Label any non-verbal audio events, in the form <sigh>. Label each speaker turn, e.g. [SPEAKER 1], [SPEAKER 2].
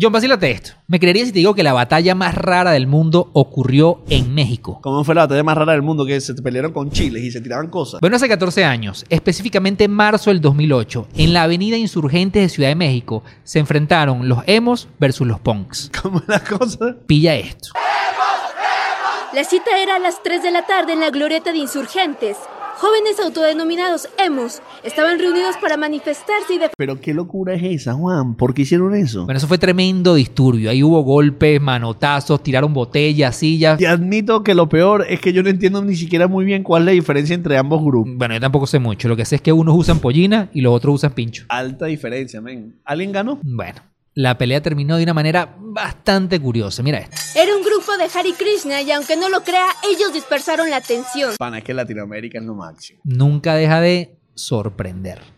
[SPEAKER 1] John, vacílate esto. Me creería si te digo que la batalla más rara del mundo ocurrió en México.
[SPEAKER 2] ¿Cómo fue la batalla más rara del mundo? Que se pelearon con chiles y se tiraban cosas. <laughs>
[SPEAKER 1] Bueno, hace 14 años, específicamente en marzo del 2008, en la avenida Insurgentes de Ciudad de México, se enfrentaron los emos versus los punks.
[SPEAKER 2] ¿Cómo es la cosa?
[SPEAKER 1] Pilla esto.
[SPEAKER 3] La cita era a las 3 de la tarde en la glorieta de insurgentes. Jóvenes autodenominados emos estaban reunidos para manifestarse y
[SPEAKER 2] Pero qué locura es esa, Juan. ¿Por qué hicieron eso?
[SPEAKER 1] Bueno, eso fue tremendo disturbio. Ahí hubo golpes, manotazos, tiraron botellas, sillas.
[SPEAKER 2] Te admito que lo peor es que yo no entiendo ni siquiera muy bien cuál es la diferencia entre ambos grupos.
[SPEAKER 1] Bueno, yo tampoco sé mucho. Lo que sé es que unos usan pollina y los otros usan pincho.
[SPEAKER 2] Alta diferencia, men. ¿Alguien ganó?
[SPEAKER 1] Bueno, la pelea terminó de una manera bastante curiosa. Mira esto.
[SPEAKER 3] Era un grupo de Hare Krishna y aunque no lo crea, ellos dispersaron la atención.
[SPEAKER 2] Pana, es que Latinoamérica es lo máximo.
[SPEAKER 1] Nunca deja de sorprender.